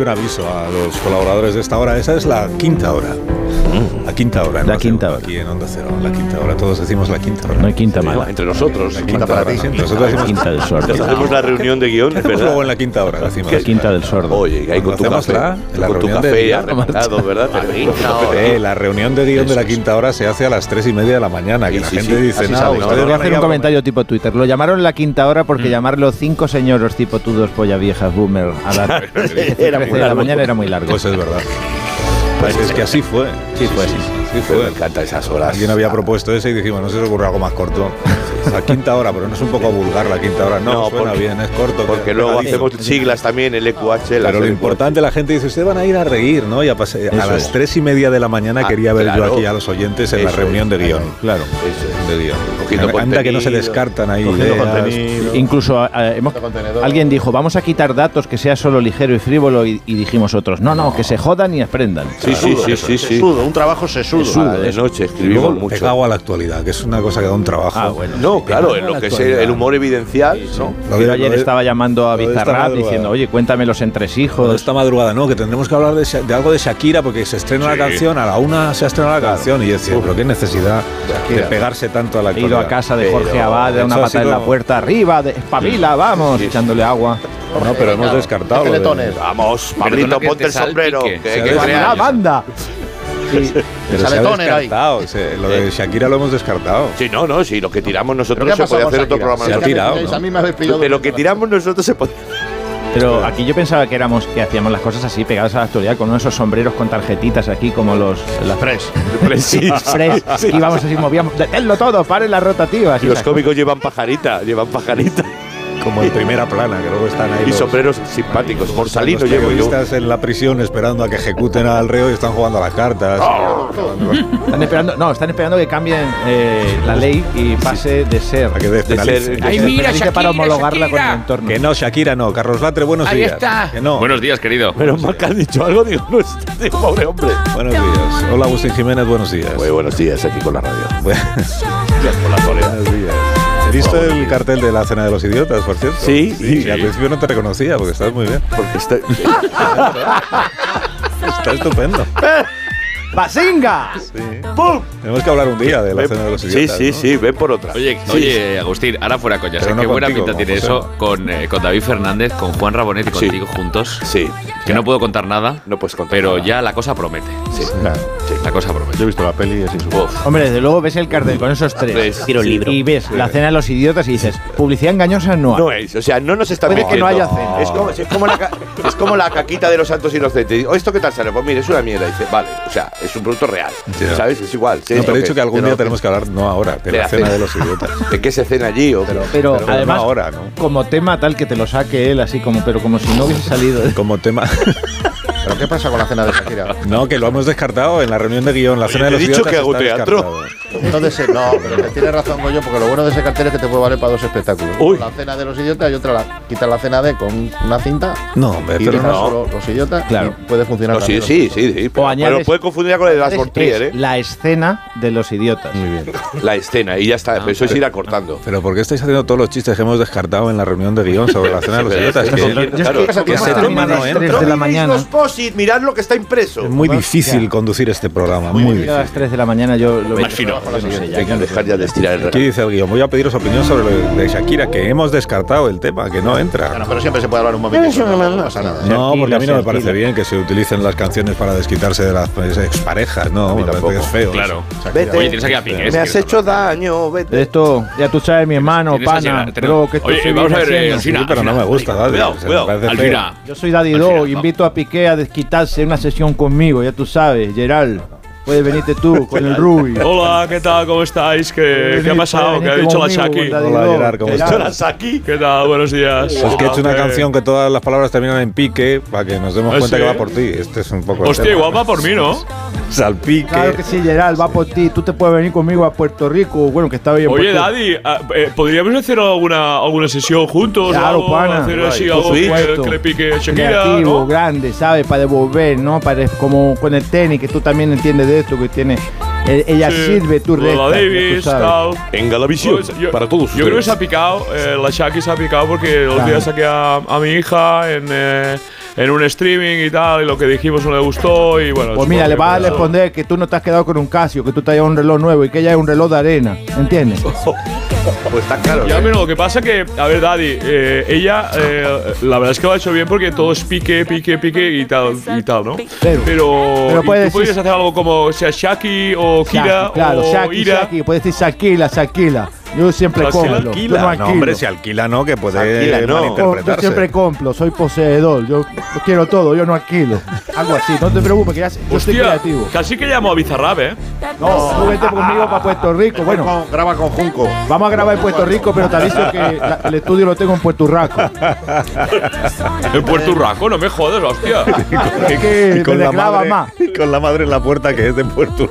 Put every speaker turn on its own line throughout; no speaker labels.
un aviso a los colaboradores de esta hora. Esa es la quinta hora. La quinta hora. en
Mm. La
Onda
quinta
Cero,
hora.
Aquí en Onda Cero. La quinta hora. Todos decimos la quinta hora.
No hay quinta
No,
mala.
entre nosotros.
La
Quinta
quinta hora. sí. Nosotros
La
decimos-
quinta del sordo.
Entonces hacemos la reunión de guiones,
hacemos luego en
¿verdad?
la quinta hora. Decimos.
La quinta del sordo.
Oye, que hay con tu
Hacemos
café.
la- la
con tu
reunión de
café ya
guiones.
arreglado, ¿verdad?
Eh, la reunión de guión de la quinta hora se hace a las tres y media de la mañana. Que
Sí,
la
sí,
gente
sí.
dice,
Así
no, Mm.
sabe,
ustedes
no, no,
van
Voy a
a
hacer
ir a
un comentario tipo Twitter. Lo llamaron la quinta hora porque llamarlo cinco señoros tipo tú dos polla viejas boomer a las
Era muy
de la
largo.
mañana era muy largo.
Pues es verdad. Pues es que así fue. Sí,
fue así.
Sí
Pero me
fue.
encantan esas horas.
Alguien había propuesto eso y dijimos, no se os ocurre algo más corto. La quinta hora, pero no es un poco vulgar la quinta hora. No,
No,
suena
porque-
bien, es corto.
Porque
queda
luego
pegadizo.
hacemos siglas también, el EQH. las
Pero lo
LQH.
importante, la gente dice, ustedes van a ir a reír, ¿no? Y a, pase- a
Eso
las
es.
tres y media de la mañana
Ah,
quería ver
claro.
yo aquí a los oyentes en la
Eso
reunión
es,
de guión. Claro.
Eso
De guión.
Cogiendo
Anda que no se
contenido.
descartan ahí eh.
Cogiendo
ideas.
contenido.
Incluso eh, hemos- alguien dijo, vamos a quitar datos que sea solo ligero y frívolo y, y dijimos otros, no, no, que se jodan y aprendan.
Sí, sí, sí, sí, sí.
Sesudo, un trabajo sesudo.
A la de noche escribimos
Luego,
mucho.
pegado a la actualidad, que es una cosa que da un trabajo.
Ah, bueno.
No, claro, en lo que es el humor evidencial, ¿no?
Lo de-
Yo ayer
lo de-
estaba llamando a
lo de esta
Bizarrap
madrugada.
diciendo, oye, cuéntame
Lo
los
de
entresijos.
esta madrugada, no, que tendremos que hablar de, Sha- de algo de Shakira porque se estrena la canción, a la una se ha estrenado la canción y yo decía, pero qué necesidad
Pues
de pegarse tanto a la
He ido
actualidad.
a casa de Jorge
Pero,
Abad,
eso
de una
ha
patada en
sido-
la puerta, arriba, de, espabila, vamos,
Sí, sí.
echándole agua. Ah,
No, pero hemos descartado. lo de-
Teletones.
Vamos, Pablito, ponte el sombrero. Que,
Se
que
ve-
creas.
¡La banda!
pero se ha
Teletones ahí.
descartado. se- lo de Shakira lo hemos descartado.
Sí, no, no, sí, lo que tiramos
¿Pero
nosotros
qué ha
se puede
pasado
hacer otro
con Shakira?
programa.
Se ha
Es que me
nosotros.
tirado,
tenéis
¿no?
A mí me habéis pillado
De lo que tiramos nosotros se puede.
Pero aquí yo pensaba que éramos, que hacíamos las cosas así, pegadas a la actualidad, con uno de esos sombreros con tarjetitas aquí, como los... Las
Tres.
Sí,
tres, que íbamos así, movíamos, deténlo todo, paren las rotativas. y esas
Los
cosas.
cómicos llevan pajarita, llevan pajarita.
Como en primera plana, que luego están ahí.
Y
los-
sombreros simpáticos. Morsalino
los
llevo yo.
periodistas en la prisión esperando a que ejecuten al reo y están jugando a las cartas.
Ah.
Están esperando, no, están esperando que cambien eh, la ley y pase de ser...
A que despenalice.
ser-
Ay, mira,
despenalice para
Shakira,
homologarla con el
Shakira.
entorno.
Que no, Shakira no. Carlos Latre, buenos
Ahí
días.
está.
Que no.
Buenos días, querido.
Menos mal que han dicho algo, digo, no está, digo, pobre hombre.
Buenos días. Hola, Agustín Jiménez, buenos días.
Muy buenos días aquí con la radio.
Hola, Soledad.
Buenos días. ¿Viste el cartel de la cena de los idiotas, por cierto?
Sí,
sí.
sí.
y al principio no te reconocía porque estás muy bien.
Porque está,
Está estupendo.
¡Eh! ¡Basinga!
Sí.
¡Pum!
Tenemos que hablar un día de la cena de los
sí,
idiotas.
sí,
¿no?
sí, ven por otra.
Oye,
Sí,
oye, Agustín, ahora fuera coña.
Pero
Sé
no
qué buena
contigo,
pinta tiene
José.
eso con, eh, con David Fernández, con Juan Rabonet y
Sí.
contigo juntos.
Sí,
Que no puedo contar nada,
no puedes contar.
pero
nada.
ya la cosa promete.
Sí.
Sí, La cosa promete.
he visto la peli y es
Uf.
Hombre, desde luego ves el cartel con esos tres.
Tres. Quiero el libro.
Y ves la cena de los idiotas y dices, publicidad engañosa no hay.
No es, o sea, no nos está
Puede que no haya cena.
Es como, es, como la, ca- es como la caquita de los santos inocentes. O esto qué tal sale, pues mire, es una mierda. Dice, vale, o sea, es un producto real.
Ya.
¿Sabes? Es igual. sé
No,
lo
pero he dicho que algún
de
día
lo
tenemos que hablar, no ahora, de la cena de los idiotas.
¿De qué se cena allí? O,
Pero,
Pero no
además,
ahora, ¿no?
como tema tal que te lo saque él, así como, pero como si no hubiese salido.
Como tema.
¿Pero qué pasa con la cena de Shakira?
No, que lo hemos descartado en la reunión de guión. La cena de
te he
los
dicho
idiotas
que hago
está
teatro.
descartado.
Entonces, eh, no, pero que tienes razón, Goyo, porque lo bueno de ese cartel es que te puede valer para dos espectáculos.
Uy.
La cena de los idiotas y otra, la, quitas la cena de con una cinta
No, hombre,
y
pero
dejas
no.
solo los idiotas
Claro.
y puede funcionar
no, sí,
también.
sí, sí, sí. Pero, pero
añades-
puede confundirla con la de las
Es-
Bortier,
es
¿eh?
La escena de los idiotas. Muy bien.
La escena, y ya está. pero eso es ir acortando.
Pero ¿por qué estáis haciendo todos los chistes que hemos descartado en la reunión de guión sobre la cena de los idiotas? Es que-
Yo es que
que
Claro,
como
ese
hemos
tema
terminado
no
a las
entra.
3 de la mañana.
posit, mirad lo que está impreso.
Es muy difícil conducir este programa, muy
A
difícil.
las 3 de la mañana yo lo
Más fino.
yo no sé, ya.
Hay que dejar ya de estirar el
Aquí
reloj.
dice el guión, voy a pediros opinión sobre lo de Shakira, que hemos descartado el tema, que no entra.
Bueno, pero siempre se puede hablar un momentito. No, pasa nada.
No, porque a mí no me
Shakira,
parece
Shakira.
bien que se utilicen las canciones para desquitarse de las pues, exparejas, no, me parece que es feo.
Claro.
Vete.
Oye, tienes aquí a Piqué.
Me has hecho daño, vete.
Esto, ya tú sabes, mi hermano,
Tienes a
pana,
Gerard,
bro, que esto
Oye,
se
vamos
viene
a ver, eh,
haciendo.
Alsina,
Sí, pero no
Alsina.
me gusta, dale,
Cuidado,
o sea,
cuidado.
me parece feo.
Alsina.
Yo soy Daddy
Al
Do,
final,
invito a Piqué a desquitarse una sesión conmigo, ya tú sabes, Gerald. Puedes venirte tú con el Rubi.
Hola, ¿qué tal? ¿Cómo estáis? ¿Qué,
Venid,
qué ha pasado?
venid
¿Qué ha dicho la
conmigo,
Shaki?
Daddy
Hola,
Do,
Gerard, ¿cómo
Gerard.
estás?
aquí?
¿Qué tal? Buenos días.
Es Pues que he hecho una
Eh,
canción que todas las palabras terminan en pique para que nos demos
¿Ah,
cuenta
sí?
que va por ti. Este es un poco. el
Hostia,
tema.
guapa por mí, ¿no?
Salpique.
Claro que sí, Gerald, va por ti. Tú te puedes venir conmigo a Puerto Rico. Bueno, que está bien.
Oye,
Puerto-
Daddy, ah, eh, ¿podríamos hacer alguna, alguna sesión juntos?
Claro,
o algo?
pana.
Hacer así
Por
algo que,
supuesto.
que le pique Shakira,
Creativo,
¿no?
grande, ¿sabes? Para devolver, ¿no? Para, como con el tenis, que tú también entiendes de esto, que tiene. e- Ella
Sí,
sirve, tú
Lola
restas,
Davis,
tú sabes.
tal.
En Galavisión,
Pues, yo-
para todos
Yo creo que
ustedes.
se ha picado, eh, la Shaki se ha picado porque los
Claro.
días saqué a, a mi hija en, eh, en un streaming y tal, y lo que dijimos no le gustó y bueno.
Pues mira, le vas a
supongo que
responder que tú no te has quedado con un Casio, que tú te has llevado un reloj nuevo y que ella es un reloj de arena, ¿entiendes?
Oh,
Pues está claro.
Ya,
¿eh?
pero lo que pasa que, a ver, Daddy, eh, ella, eh, la verdad es que lo ha hecho bien porque todo es pique, pique, pique y tal, y tal ¿no?
Pero-
Pero,
pero
¿y
puedes-
tú podrías hacer algo como, o sea, Shaki o Kira
Shaki, claro,
o
Shaki,
Ira.
Shaki, puedes decir Shakila, Shakila. Yo siempre
oh, Pero si
compro.
lo
yo no
No,
alquilo.
hombre, si alquila no, que puede
Alquila no.
Com- yo
malinterpretarse.
siempre compro, soy poseedor, yo lo quiero todo, yo no alquilo. Algo así, no te preocupes, que ya sé- yo soy
Hostia,
creativo.
casi que llamo a Bizarrap, ¿eh?
No, tú vete conmigo para Puerto Rico. Bueno,
Con- graba con Junco.
vamos a grabar en Puerto Rico, pero te aviso que la- el estudio lo tengo en Puerto Rico.
En Puerto Urraco, no me jodas, hostia.
Es que
Y con
me
la
clava
madre-
más.
y con la madre en la puerta que es de Puerto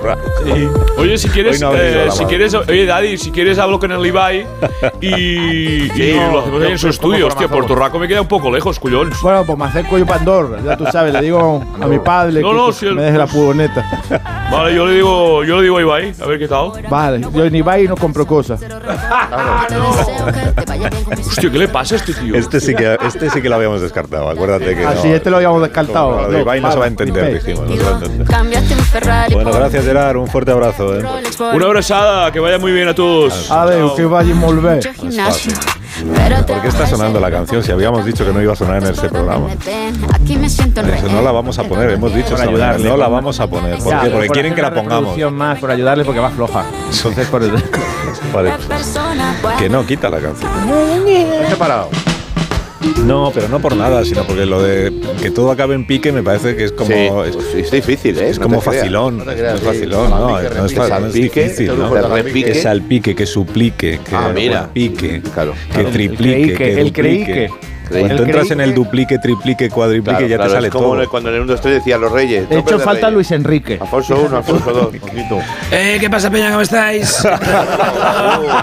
Rico.
Oye, si
Hoy
quieres,
no ha venido
eh,
la
si
madre.
quieres, oye, Daddy, si quieres hablo con el Levi y, y lo hacemos ahí en su estudio. Hostia, Puerto Rico me queda un poco lejos, cuyón.
Bueno, pues me acerco yo para Andorra, ya tú sabes, le digo a mi padre
No,
que
no,
que
si el-
me deje la furgoneta.
Vale, yo le digo, yo le digo a Ibai, a ver qué tal.
Vale, yo ni va y no compro cosas.
Hostia, ¿qué le pasa a este tío?
Este sí que este sí que lo habíamos descartado. Acuérdate que
Así
no.
este lo habíamos descartado.
Como no, de Ibai no se va a entender,
Felipe.
dijimos. No se va a entender.
Cambiaste un Ferrari.
Bueno, gracias Gerard, un fuerte abrazo. ¿eh?
Una abrazada, que vaya muy bien a todos.
A ver, que vaya a volver.
¿Por qué está sonando la canción si habíamos dicho que no iba a sonar en este programa?
Aquí me siento
Eso no la vamos a poner, hemos dicho
Por
esta mañana,
ayudarle,
no la
por-
vamos a poner. ¿Por
Ya,
qué? Porque
por
quieren que
hacer
la
una
pongamos.
reproducción más por ayudarle porque va floja. Entonces por el-
Vale,
persona.
que no, quita la canción.
Separado.
No, pero no por nada, sino porque lo de que todo acabe en pique me parece que es como.
Sí,
es-
pues sí, es difícil, ¿eh?
Es
No
como
te creas.
facilón,
No te
es muy
creas, sí.
facilón, no,
Salpique,
no es,
repique,
no es
salpique,
difícil,
te
¿no?
lujo de
Que
repique.
salpique, que suplique, que
Ah, mira.
pique,
Claro.
que
El
triplique,
creíque,
que
el
duplique.
creíque.
Cuando
El
entras en el
creíque.
duplique, triplique, cuadriplique,
Claro,
ya
claro,
te sale
es como
todo.
en el- cuando en el 1, 2, 3 decían los reyes.
De
no
hecho,
perder
falta
reyes.
Luis Enrique.
Alfonso 1, Alfonso 2.
Eh, ¿Qué pasa, Peña? ¿Cómo estáis?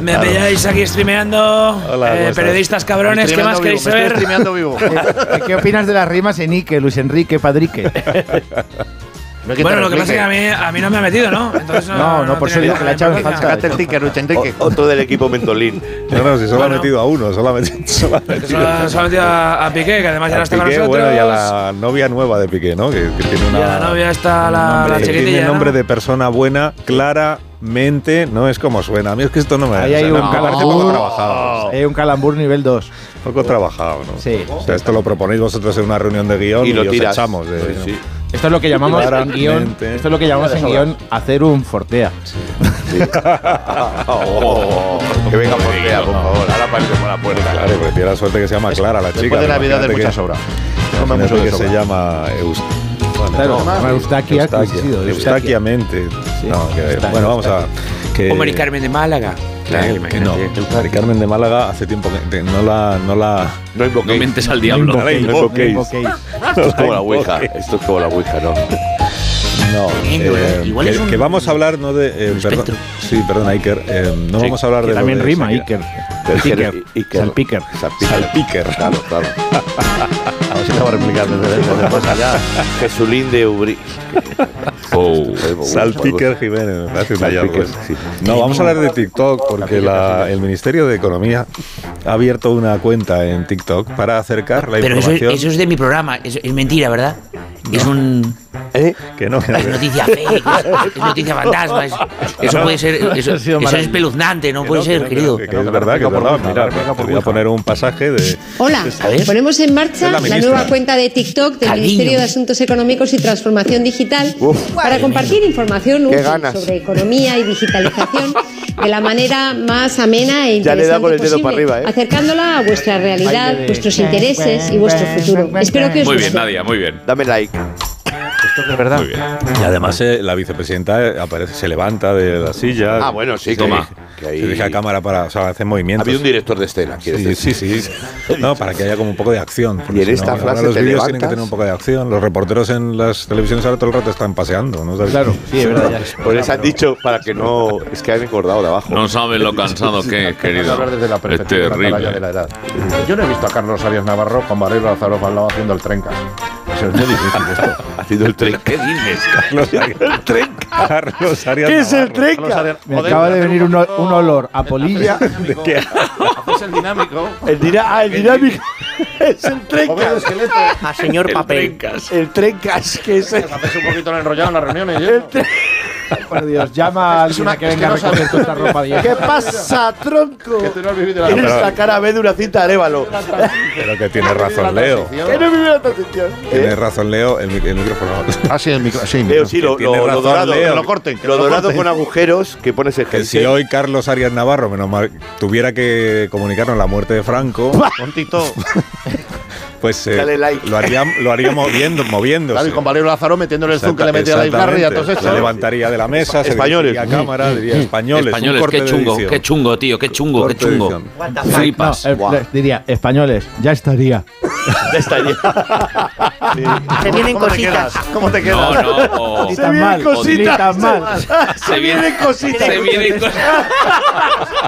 Me pilláis aquí streameando.
Hola, ¿cómo
eh,
estás?
periodistas cabrones, ¿qué más queréis
Me estoy
saber?
streameando vivo.
Eh, ¿Qué opinas de las rimas en Ike, Luis Enrique, Padrique?
Bueno, lo que pasa es que a mí, a mí no me ha metido, ¿no? Entonces,
No, no, por eso
tiene
digo que la he echado en
importancia.
falta.
Sacaste el ticket, Luis Enrique.
O- Otro del equipo Mentolín.
No, no, si solo ha
Bueno.
metido a uno, solo ha metido, solo ha
Que
metido
Solo, solo ha metido a, a Piqué, que además ya no
a
está con
Piqué,
nosotros.
bueno, y a la novia nueva de Piqué, ¿no? Que, que tiene
Y
una.
a la novia está la, la
que
chiquitilla.
tiene
¿no?
nombre de persona buena, claramente no es como suena. A mí es que esto no me
Ahí hay
o sea,
un
no, me parece poco
calambur.
trabajado.
Hay un calambur nivel 2.
Poco trabajado, ¿no?
Sí.
O sea, esto lo proponéis vosotros en una reunión de guión y,
Y lo
os
tiras.
echamos. de-
Sí, sí.
eh. Esto es lo que llamamos en
Claramente.
guión, esto es lo que llamamos en guión hacer un fortea.
Oh, que venga por fea, por favor. Ahora parece por la puerta.
Claro, porque tiene la suerte que se llama Clara la chica.
Después de
pero
Navidad de
imagínate
muchas
que-
obras.
imagínate
mucho de
que
sobra.
se llama Eust- bueno,
Claro,
no,
se llama Eustaquia, coincidido,
Eustaquia.
Eustaquia.
Eustaquiamente. No, que-
Eustaquia,
bueno, vamos a. Que,
O Mari Carmen de Málaga. Claro,
que- que no,
imagínate.
Mari Carmen de Málaga hace tiempo que que no la. No la
No hay
No
bloqueo.
mentes al diablo.
no la
Invoquéis.
invoquéis.
Esto es como la Ouija. Esto es como la Ouija, ¿no?
No, eh,
Igual
que,
es un-
que vamos a hablar no de eh, perdón,
espectro.
sí, perdón, Iker, eh, no vamos a hablar de
Que
lo
también
de
rima,
Shakira.
Iker.
Pero es que-
Picker.
y- y que-
Salpicker.
Salpique.
Salpiquer.
Claro, claro.
A ver si te voy a replicar desde desde más allá.
Jesulín de Ubrí.
Oh.
Salpiquer Jiménez, me parece un hallazgo.
Salpiquer, sí.
No, vamos a hablar de TikTok porque la- el Ministerio de Economía ha abierto una cuenta en TikTok para acercar la
Pero eso,
información
eso es de mi programa, es, es mentira, ¿verdad? Es un
¿Eh? que no.
es noticia fake, es, es noticia fantasma, es- eso puede ser, eso,
Ha sido
eso es
maravilloso.
espeluznante, no puede
no,
ser,
que no,
querido.
que- que es verdad, que es verdad. Mira, te voy a poner un pasaje de.
Hola,
ver.
ponemos en marcha
Es la
la,
ministra.
nueva cuenta de TikTok del
Cariño.
Ministerio de Asuntos Económicos y Transformación Digital para compartir información
Qué
útil
ganas.
sobre economía y digitalización de la manera más amena e
Ya
interesante
le he dado con el dedo
posible,
para arriba, ¿eh?
acercándola a vuestra realidad,
Baile de-
vuestros intereses y vuestro futuro. Espero que os
Muy bien,
guste.
Nadia, muy bien.
Dame like.
Muy bien.
Y además eh, la vicepresidenta eh, aparece, se levanta de la silla.
Ah, bueno, sí,
toma.
Que
Se dirige a
ahí...
cámara para o sea, hacer movimientos.
Había un director de escena, quieres
Sí,
decir.
sí, sí. No, para que haya como un poco de acción. porque
Y en
si no,
esta
ahora
frase
los
te
vídeos
levantas.
tienen que tener un poco de acción. Los reporteros en las televisiones ahora todo el rato están paseando, ¿no? ¿Sabes?
Claro, sí, es verdad. ya.
Por eso han dicho para que no. Es que han engordado de abajo.
No sabes lo cansado que es,
Vamos a
querido.
hablar desde la
Es
perspectiva atalaya de la
terrible.
edad.
Mm.
Yo no he visto a Carlos Arias Navarro con Barrero Lázaro Falao haciendo el trencas. Eso es muy difícil esto.
Haciendo el tren. ¿Qué dices?
Carlos Arias. Carlos Arias Navarro.
Carlos Arias-
Me
Joder,
acaba de
hacer
venir un, o- un olor a polilla.
dinámico.
El dirá. Ah, el dinámico.
es el
Joder,
trencas.
esqueleto.
A señor papel. El trencas, que es el,
Haces un poquito el enrollado en las reuniones. ¿eh?
Por Dios, llama a
Es
alguien
una-
a que
es que
venga a
no
recoger
sabes.
toda esta ropa. Diego.
¿Qué pasa, tronco?
Que tú no has vivido la-
Tienes
Pero-
la cara B de una cinta de arévalo.
Pero que tienes razón, Leo.
Que no vive la transición.
Tienes razón, Leo, el, mic- el micrófono.
Ah, sí, el micro. Sí,
Leo, sí, lo,
Que tiene
lo- lo
razón,
dorado.
Leo.
Que lo corten, que
Lo
lo
dorado
corten.
con agujeros que pones el
Que si
jersey.
hoy Carlos Arias Navarro, menos mal, tuviera que comunicarnos la muerte de Franco,
Tontito.
pues eh,
Dale like.
lo, haría, lo haría moviendo, moviéndose.
Claro, y con Valero Lázaro metiéndole el zoom que le mete a la Islarri
Exactamente.
y a todos
Se
esos.
levantaría de la mesa,
Españoles.
se dirigiría a cámara, diría
Mm.
españoles. un
Españoles,
corte
qué
de
chungo,
edición.
qué chungo, tío, qué chungo,
Corte
qué
de
chungo.
edición.
No,
Flipas.
eh,
Guau.
les diría, españoles, ya estaría.
Ya está allí.
Se vienen cositas.
¿Cómo te quedas?
No, no.
Ni
o-
tan mal, ni tan mal.
Se vienen cositas. Se vienen, cos-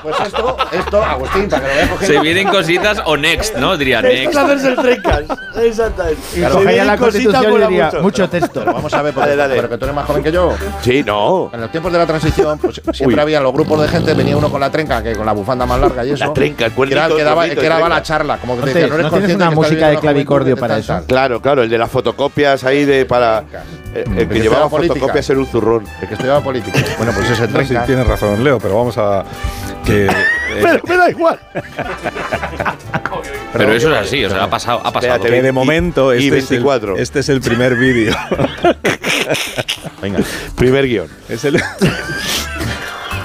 Pues esto, esto, Agustín, para que lo veas
se vienen cositas o next, ¿no? Diría
Esto es
next.
hacerse el trencas. Exactamente.
Y
Se
cogería
vienen
la
cositas,
constitución y
mola
diría,
mucho.
mucho texto.
Vamos a ver, porque,
Dale, dale.
pero que tú eres más joven que yo.
Sí, no.
En los tiempos de la transición, pues siempre
Uy.
había los grupos de gente, venía uno con la trenca, que con la bufanda más larga y eso.
La trenca, el
que era,
cuernito,
que daba,
el cuernito,
que daba
trenca.
la charla. Como que
No
te
te-
decía, no eres
no tienes
consciente
una
que estás
música
viviendo
de
la juventud,
clavicordio
que
para
tal,
eso.
tal.
Claro, claro, el de las fotocopias ahí de para. eh, el que
Empecé la
llevaba
política.
fotocopias era un zurrón.
El que estudiaba política. Bueno, pues ese
No, sí,
trenca.
tienes razón, Leo, pero vamos a. Que, eh,
Pero me da igual.
Pero eso es así, o sea, ha pasado, ha pasado.
Espérate.
que de momento.
Y
Este es el-
24.
este es el primer vídeo.
Venga, primer guión.
Es el.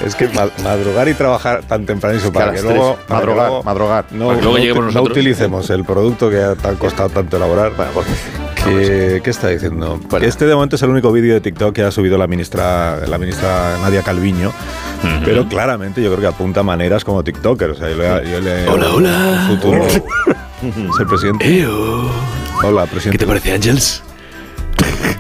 Es que ma- madrugar y trabajar tan tempranísimo
Que a
para que
las
luego.
tres.
para que
Madrugar,
luego
madrugar.
No,
Para que luego
no
lleguemos
uti- no
nosotros.
utilicemos el producto que ha tan costado tanto elaborar. Que- ¿Qué está diciendo?
Bueno.
Este de momento es el único vídeo de TikTok que ha subido la ministra, la ministra Nadia Calviño. Pero claramente yo creo que apunta maneras como TikToker. O sea, yo le, yo le-
Hola, hola.
Futuro. es el presidente. Hola, presidente.
¿Qué te parece, Ángels?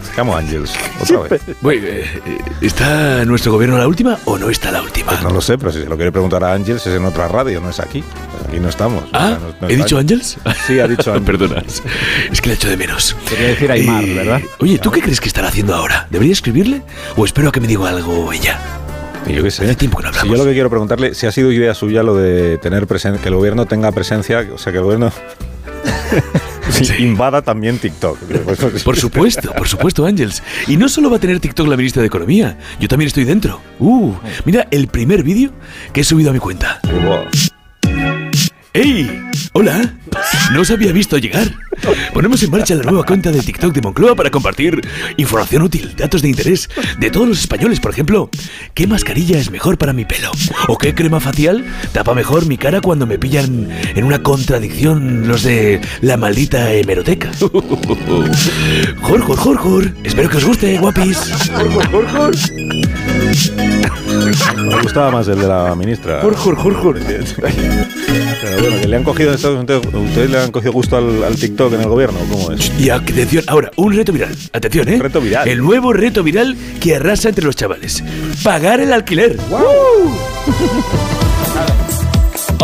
Llamo Ángels. Otra vez.
Bueno, eh, eh, ¿está nuestro gobierno a la última o no está a la última?
Pues No lo sé, pero si se lo quiere preguntar a Ángels es en otra radio, no es aquí. Pues Aquí no estamos.
¿Ah?
O sea, no- no
¿He
está-
dicho Ángels?
Sí, ha dicho Ángels.
Perdonas. Es que la echo de menos.
Quería decir Aymar,
Eh,
¿verdad?
Oye, ¿tú qué crees que estará haciendo ahora? ¿Debería escribirle? ¿O espero a que me diga algo ella?
Yo qué sé.
Hace tiempo que no
Si
hablamos.
yo lo que quiero preguntarle, si ha sido idea suya lo de tener presen- que el gobierno tenga presencia, o sea, que el gobierno sí, invada también TikTok.
Por supuesto, por supuesto, Ángels. Y no solo va a tener TikTok la ministra de Economía, yo también estoy dentro. Uh, mira el primer vídeo que he subido a mi cuenta.
Wow.
¡Ey! ¡Hola! No os había visto llegar. Ponemos en marcha la nueva cuenta de TikTok de Moncloa para compartir información útil, datos de interés de todos los españoles, por ejemplo, qué mascarilla es mejor para mi pelo o qué crema facial tapa mejor mi cara cuando me pillan en una contradicción los de la maldita hemeroteca. Jor, jor, jor, jor. Espero que os guste, guapis.
Me gustaba más el de la ministra. Pero bueno, que le han cogido en Estados Unidos- ustedes le han cogido gusto al, al TikTok en el gobierno, ¿cómo es?
Y atención, ahora, un reto viral. Atención, ¿eh?
Reto viral.
El nuevo reto viral que arrasa entre los chavales. Pagar el alquiler.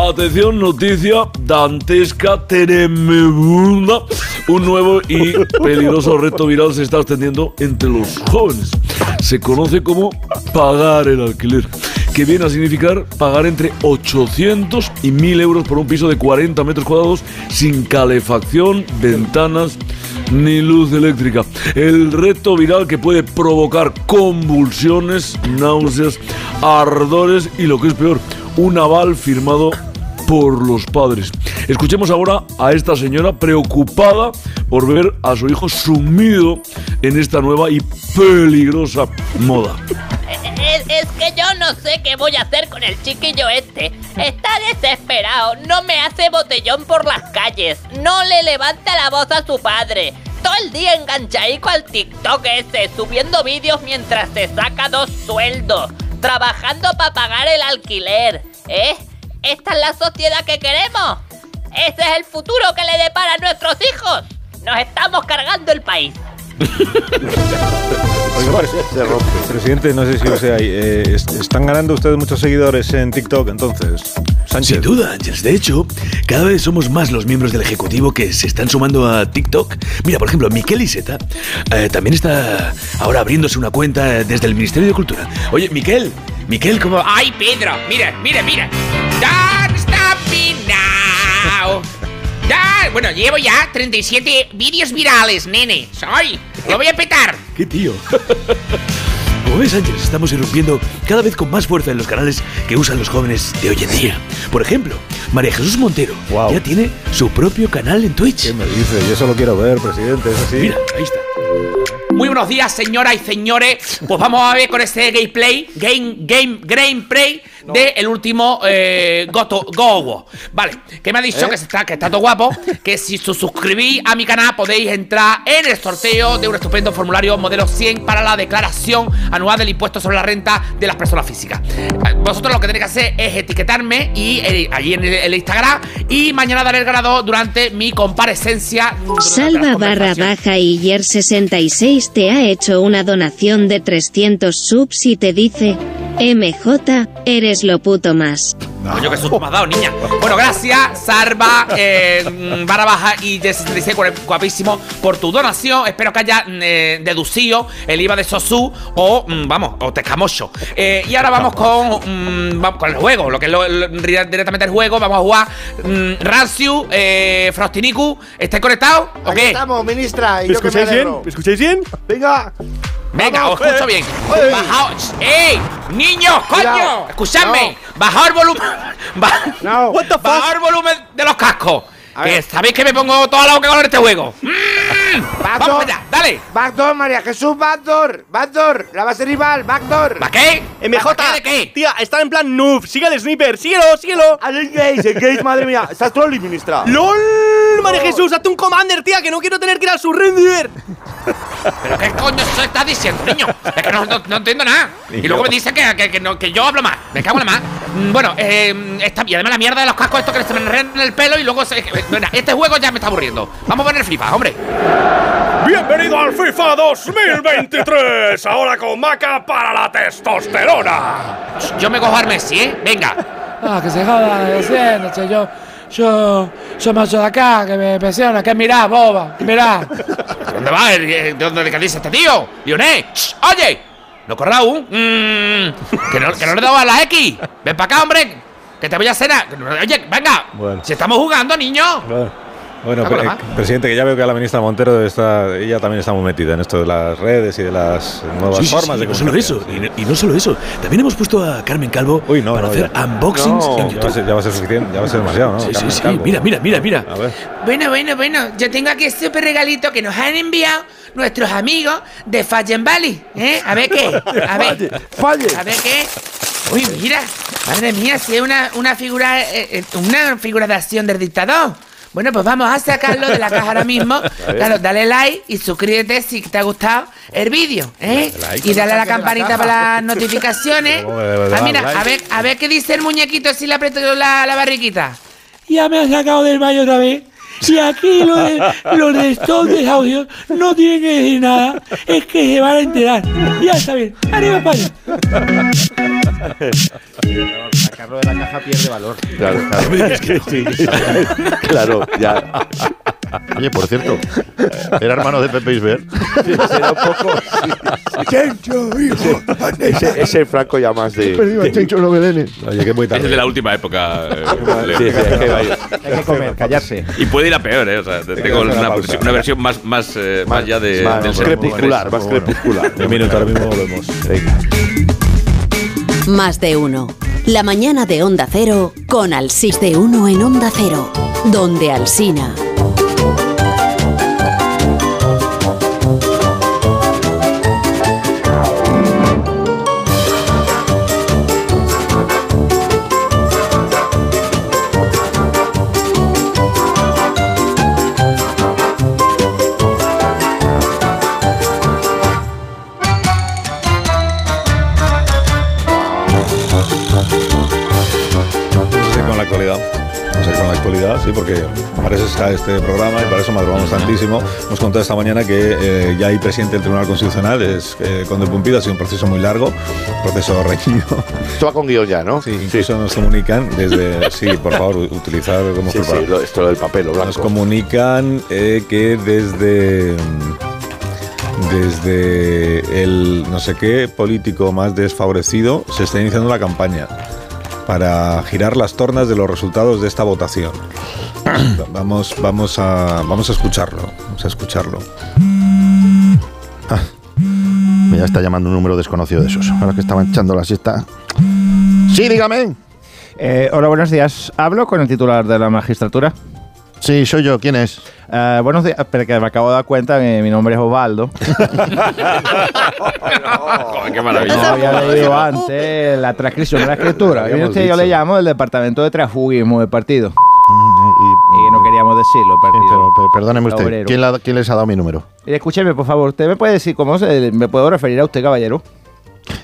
Atención, noticia dantesca, tremenda. Un nuevo y peligroso reto viral se está extendiendo entre los jóvenes. Se conoce como pagar el alquiler, que viene a significar pagar entre 800 y 1000 euros por un piso de 40 metros cuadrados sin calefacción, ventanas ni luz eléctrica. El reto viral que puede provocar convulsiones, náuseas, ardores y lo que es peor, un aval firmado por los padres. Escuchemos ahora a esta señora preocupada por ver a su hijo sumido en esta nueva y peligrosa moda.
Es, es que yo no sé qué voy a hacer con el chiquillo este. Está desesperado, no me hace botellón por las calles, no le levanta la voz a su padre. Todo el día enganchaico al TikTok ese, subiendo vídeos mientras se saca dos sueldos, trabajando para pagar el alquiler. ¿Eh? ¿Esta es la sociedad que queremos? ¿Ese es el futuro que le depara a nuestros hijos? Nos estamos cargando el país.
Se rompe.
Presidente, no sé si lo sea. eh, es- ¿Están ganando ustedes muchos seguidores en TikTok entonces? Sánchez.
Sin duda, Ángels. De hecho, cada vez somos más los miembros del Ejecutivo que se están sumando a TikTok. Mira, por ejemplo, Miquel Iseta eh, también está ahora abriéndose una cuenta eh, desde el Ministerio de Cultura. Oye, Miquel, Miquel, ¿cómo...?
¡Ay, Pedro! Mira, mira, mira. Don't stop me now.
Ya, bueno, llevo ya 37 vídeos virales, nene. Soy. Lo voy a petar.
¡Qué tío! Como ves, Ángel, estamos irrumpiendo cada vez con más fuerza en los canales que usan los jóvenes de hoy en día. Por ejemplo, María Jesús Montero ya tiene su propio canal en Twitch. ¿Qué me
dice? Yo solo quiero ver, presidente, es así.
Mira, ahí está.
Muy buenos días, señoras y señores. Pues vamos a ver con este gameplay, game, game, gameplay de el último eh, Goto, Gogo. Vale, que me ha dicho que, se está, que está todo guapo, que si os suscribís a mi canal podéis entrar en el sorteo de un estupendo formulario modelo 100 para la declaración anual del impuesto sobre la renta de las personas físicas. Eh, Vosotros lo que tenéis que hacer es etiquetarme y eh, allí en el, el Instagram y mañana daré el grado durante mi comparecencia.
Salva barra baja y Yer66 te ha hecho una donación de 300 subs y te dice, MJ, eres lo puto más.
Coño, qué susto me has dado, niña. Bueno, gracias, Sarva, eh, mm, barra baja y de 66, guap- guapísimo, por tu donación. Espero que haya mm, eh, deducido el IVA de Sosu o, mm, vamos, o Tecamocho. Eh, y ahora vamos con, mm, vamos con el juego, lo que es lo- lo- dire- directamente el juego. Vamos a jugar mm, Rancio, eh, Frostiniku. ¿Estáis conectados o
Aquí
qué?
estamos, ministra. Y
¿Me
yo que
escucháis
me alegro.
bien?
¿Me escucháis bien?
Venga.
Venga,
Vamos,
os escucho
eh.
bien.
Ey.
Bajaos. ¡Ey! ¡Niños, coño!
Cuidado.
Escuchadme. Bajaos el volumen. Ba- Bajaos el volumen de los cascos. Que sabéis que me pongo toda la boca con este juego.
Backdoor. dale. Backdoor, María Jesús, backdoor. Backdoor. La base rival, backdoor.
¿Para qué?
MJ, tía, está en plan noob. Sigue al sniper, síguelo, síguelo.
Al engage, engage, madre mía. Estás troll, ministra.
¡LOL! María Jesús, hazte un commander, tía, que no quiero tener que ir al surrender.
¿Pero qué coño eso estás diciendo, niño? Es que no, no- no entiendo nada. Y luego me dicen que, que- que no- que yo hablo más. Me cago en la más. Bueno, eh, esta, y además la mierda de los cascos estos que se me enredan en el pelo y luego se- bueno, este juego ya me está aburriendo. Vamos a poner FIFA, hombre.
Bienvenido al FIFA 2023, ahora con maca para la testosterona.
Yo me cojo al Messi, ¿eh? Venga.
Ah, que se joda, lo siento, che, yo, yo, yo me echo de acá, que me presiona, que mirá, boba, que mirá.
¿Dónde va? el- eh, ¿De dónde le dice este tío? Lionel, ¡Shh! oye, ¿no corra aún? Mm, que, no, que no le daba la X. Ven para acá, hombre, que te voy a cenar. Oye, venga,
Bueno.
si estamos jugando, niño.
Bueno,
Ah,
pre-
bueno,
eh, presidente, que ya veo que la ministra Montero está, ella también está muy metida en esto de las redes y de las nuevas
Sí, sí,
formas
sí,
de
no solo
comunicación.
eso, y no, y no solo eso. También hemos puesto a Carmen Calvo para
No,
hacer
ya-
unboxings
No, ya,
en
va a
YouTube.
ser, ya va a ser suficiente, ya va a ser demasiado, ¿no?
Sí, sí,
Carmen
sí.
Calvo.
Mira, mira, mira, mira.
A ver.
Bueno, bueno, bueno, yo tengo aquí este súper regalito que nos han enviado nuestros amigos de Fallen Valley. ¿eh? A ver qué, a ver.
Falle.
A ver qué. Uy, mira, madre mía, si es una, una figura, eh, eh, una figura de acción del dictador. Bueno, pues vamos a sacarlo de la caja ahora mismo.
bien.
Claro, dale like y suscríbete si te ha gustado el vídeo, ¿eh?
Dale like.
Y dale a la
Sáquenla,
campanita
sáquenla.
para las notificaciones.
¿Cómo le das
Ah, mira,
like?
a ver, a ver qué dice el muñequito si le aprieto la, la barriquita.
Ya me han sacado del baño otra vez. Y aquí los de, los de estos de audio no tienen que decir nada, es que se van a enterar. Ya está bien, arriba España.
Sacarlo de la caja pierde valor.
Claro, claro.
Claro, ya. Oye, por cierto, era hermano de Pepe Isbert.
Será un poco.
hijo.
Ese, ese Franco ya más de.
Oye, que muy
Es de la última época. eh, Leo.
Sí, sí, es que va-
Hay que comer, callarse.
Y puede ir a peor, ¿eh? O sea, tengo
una
una,
pausa.
una versión más, más, eh, más ya de,
más
del
crepuscular,
sermón.
más crepuscular. Un minuto, ahora mismo volvemos.
Más de uno. La mañana de Onda Cero con Alsina. de uno en Onda Cero, donde Alsina.
Vamos a ir con la actualidad. Vamos a ir con la actualidad, sí, porque para eso está este programa y para eso madrugamos tantísimo. Hemos contado esta mañana que eh, ya hay presidente del Tribunal Constitucional, es eh, Conde Pumpido, ha sido un proceso muy largo, un proceso reñido.
Esto va con guión ya, ¿no?
Sí, incluso nos comunican desde... Sí, por favor, u- utilizar como
Sí, sí, lo- esto del papel, lo
Nos
blanco.
comunican eh, que desde... mm, Desde el no sé qué político más desfavorecido se está iniciando la campaña. para girar las tornas de los resultados de esta votación. vamos, vamos, a, vamos a escucharlo. Vamos a escucharlo.
Ya está llamando un número desconocido de esos. Ahora que estaban echando la siesta. Sí, dígame.
Eh, hola, buenos días. ¿Hablo con el titular de la magistratura? Eh,
Sí, soy yo. ¿Quién es?
buenos días. Espera, que me acabo de dar cuenta que mi nombre es Osvaldo.
Joder, qué
No
maravilla.
había leído antes la transcripción de la escritura. Mire
Habíamos
usted, yo
dicho.
le llamo del departamento de transfugismo del partido. Y
Eh,
no queríamos decirlo, el partido.
Perdóneme usted.
Obrero.
¿Quién, la- quién les ha dado mi número?
Eh, Escúcheme, por favor, ¿usted me puede decir cómo se, me puedo referir a usted, caballero?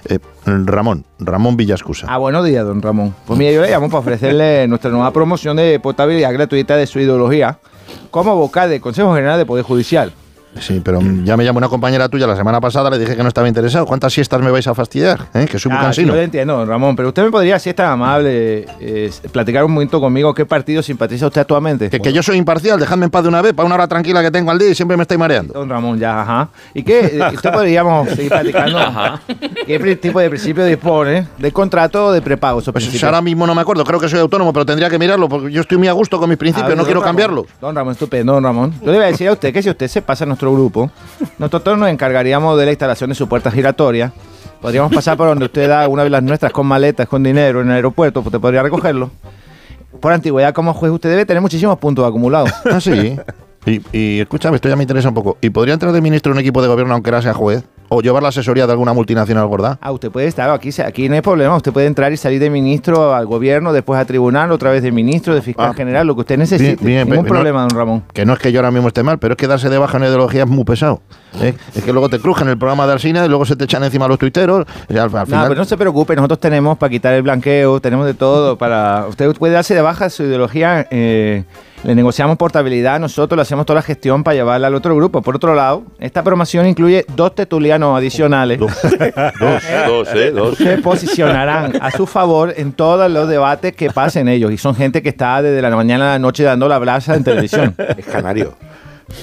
Eh, Ramón. Ramón Villascusa.
Ah, buenos días, don Ramón. Pues mire, yo le llamo para ofrecerle nuestra nueva promoción de portabilidad gratuita de su ideología como vocal del Consejo General de Poder Judicial.
Sí, pero mm, ya me llamó una compañera tuya la semana pasada, le dije que no estaba interesado. ¿Cuántas siestas me vais a fastidiar? ¿Eh? Que soy un
Ah, sí,
cansino.
yo le entiendo, don Ramón, pero usted me podría, si es tan amable, eh, platicar un momento conmigo qué partido simpatiza usted actualmente.
Que, que yo soy imparcial, dejadme en paz de una vez, para una hora tranquila que tengo al día y siempre me estáis mareando.
Don Ramón, ya, ajá. ¿Y qué? Eh, Usted podríamos seguir platicando.
Ajá.
¿Qué pri- tipo de principio dispone? ¿De contrato o de prepago? esos
Pues
principios?
ahora mismo no me acuerdo, creo que soy autónomo, pero tendría que mirarlo porque yo estoy muy a gusto con mis
A
principios,
ver,
no
don
quiero
Ramón,
cambiarlos.
Don Ramón, estupendo, don Ramón. Yo le voy a decir a usted que si usted se pasa a nuestro grupo, nosotros nos encargaríamos de la instalación de su puerta giratoria. Podríamos pasar por donde usted da una de las nuestras con maletas, con dinero en el aeropuerto, usted podría recogerlo. Por antigüedad como juez, usted debe tener muchísimos puntos acumulados.
Ah, sí. Y, y escúchame, esto ya me interesa un poco. ¿Y podría entrar de ministro en un equipo de gobierno aunque ahora sea juez? ¿O llevar la asesoría de alguna multinacional gorda?
Ah, usted puede estar aquí, aquí no hay problema. Usted puede entrar y salir de ministro al gobierno, después a tribunal, otra vez de ministro, de fiscal general, lo que usted necesite.
Ah. bien,
Ningún
pero no-
problema, don Ramón.
Que no es que yo ahora mismo esté mal, pero es que darse de baja en ideología es muy pesado. ¿eh? Es que luego te crujen el programa de Alsina y luego se te echan encima los tuiteros. O sea, al, al
No,
final-
pero no se preocupe, nosotros tenemos para quitar el blanqueo, tenemos de todo. para Usted puede darse de baja su ideología, eh, le negociamos portabilidad, nosotros le hacemos toda la gestión para llevarla al otro grupo. Por otro lado, esta promoción incluye dos tetulianos adicionales.
Dos, dos, eh, dos.
se posicionarán a su favor en todos los debates que pasen ellos. Y son gente que está desde la mañana a la noche dando la brasa en televisión.
Es canario.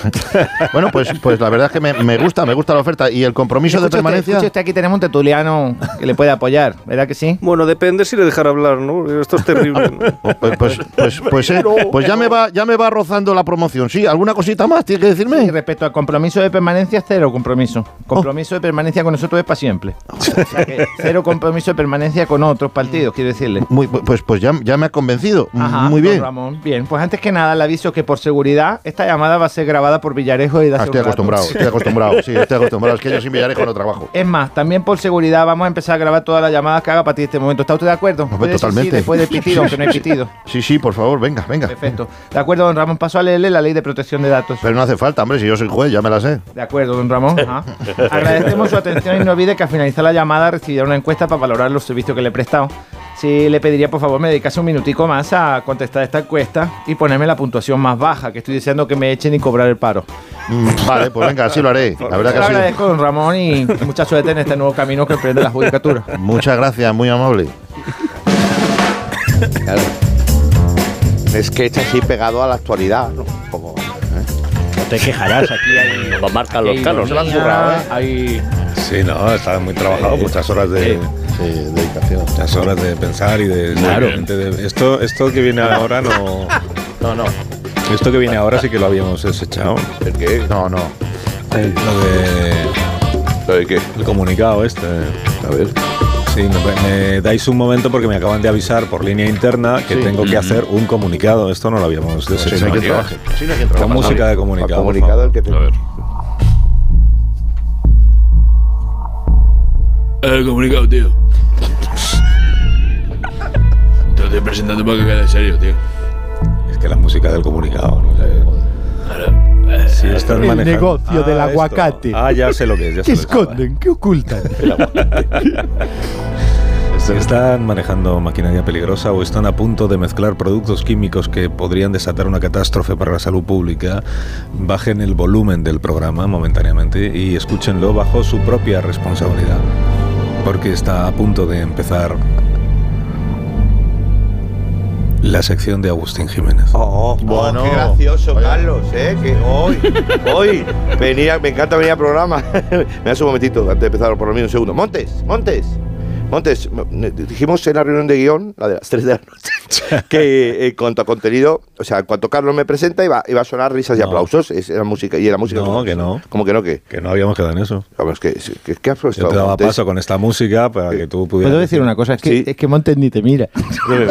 Bueno, pues, pues la verdad es que me, me gusta, me gusta la oferta. Y el compromiso
Escuche
de
usted,
permanencia.
escuche usted, aquí tenemos un tetuliano que le puede apoyar, ¿verdad que sí?
Bueno, depende si le dejar hablar, ¿no? Esto es terrible.
Pues, pues, pues, pues, eh, pues ya me va, ya me va rozando la promoción. Sí, alguna cosita más tiene que decirme.
respecto al compromiso de permanencia, cero compromiso.
Oh.
Compromiso de permanencia con nosotros es para siempre. O sea que cero compromiso de permanencia con otros partidos, quiero decirle.
Muy, pues, pues ya, ya me ha convencido.
Ajá,
Muy
don
bien.
Ramón. Bien, pues antes que nada le aviso que por seguridad esta llamada va a ser grabada por Villarejo y de hace
Ah, estoy
un rato.
acostumbrado, estoy acostumbrado, sí, estoy acostumbrado. Es que yo sin Villarejo no trabajo.
Es más, también por seguridad vamos a empezar a grabar todas las llamadas que haga a partir de este momento. ¿Está usted de acuerdo? Puede decir sí
pues, Totalmente.
después del pitido, aunque no hay pitido.
Sí, sí, por favor, venga, venga.
Perfecto. De acuerdo, don Ramón, paso a leerle la ley de protección de datos.
Pero no hace falta, hombre, si yo soy juez, ya me la sé.
De acuerdo, don Ramón. Ajá. Agradecemos su atención y no olvide que al finalizar la llamada recibirá una encuesta para valorar los servicios que le he prestado. Sí, le pediría por favor me dedicase un minutico más a contestar esta encuesta y ponerme la puntuación más baja, que estoy deseando que me echen y cobrar el paro.
Mm, Vale, pues venga, así lo haré. La verdad
Le
que ha sido-
agradezco, don Ramón, y mucha suerte en este nuevo camino que emprende la judicatura.
Muchas gracias, muy amable.
Claro. Es que está así pegado a la actualidad, ¿no? Un poco, ¿eh?
No te quejarás, aquí hay. Nos marcan
los canos. Se la han zurrado, ¿eh?
Hay.
Sí, no, está muy trabajado, muchas horas de,
dedicación.
Muchas horas de pensar y de...
Claro.
realmente de- esto, esto que viene ahora no...
No, no.
Esto que viene ahora sí que lo habíamos desechado.
¿El qué?
No, no.
Lo de...
¿Lo de qué?
El comunicado este.
A ver.
Sí, me, me dais un momento porque me acaban de avisar por línea interna que
Sí.
tengo que
Ujú.
hacer un comunicado. Esto no lo habíamos
Sí,
desechado.
no hay quien trabaje. Sí, no hay quien trabaje.
Con música de comunicado. por
comunicado
favor.
el que te...
El comunicado, tío. Te lo estoy presentando para que quede serio, tío.
Es que la música del comunicado. No sé. Si estás
El
manejando-
negocio del
Ah, esto.
aguacate.
Ah, ya sé lo que es. Ya
¿Qué
sé lo que
esconden? ¿Qué ocultan?
es. Si están manejando maquinaria peligrosa o están a punto de mezclar productos químicos que podrían desatar una catástrofe para la salud pública, bajen el volumen del programa momentáneamente y escúchenlo bajo su propia responsabilidad. Porque está a punto de empezar la sección de Agustín Jiménez.
Bueno. Oh, qué gracioso, Carlos, ¿eh? Que hoy, hoy, venía, me encanta venir al programa. me hace un momentito, antes de empezar por lo menos un segundo. Montes, Montes, Montes, me- dijimos en la reunión de guión, la de las 3 de la noche, que eh, en cuanto a contenido, o sea, en cuanto Carlos me presenta, iba, iba a sonar risas y aplausos. Es, era música, y era música. No, que no. ¿Cómo que no? Que,
que no habíamos quedado en eso.
Vamos, que, que, que has
Yo te daba paso con esta música pues, para que tú pudieras.
Puedo decir una cosa, es que, es que Montes ni te mira.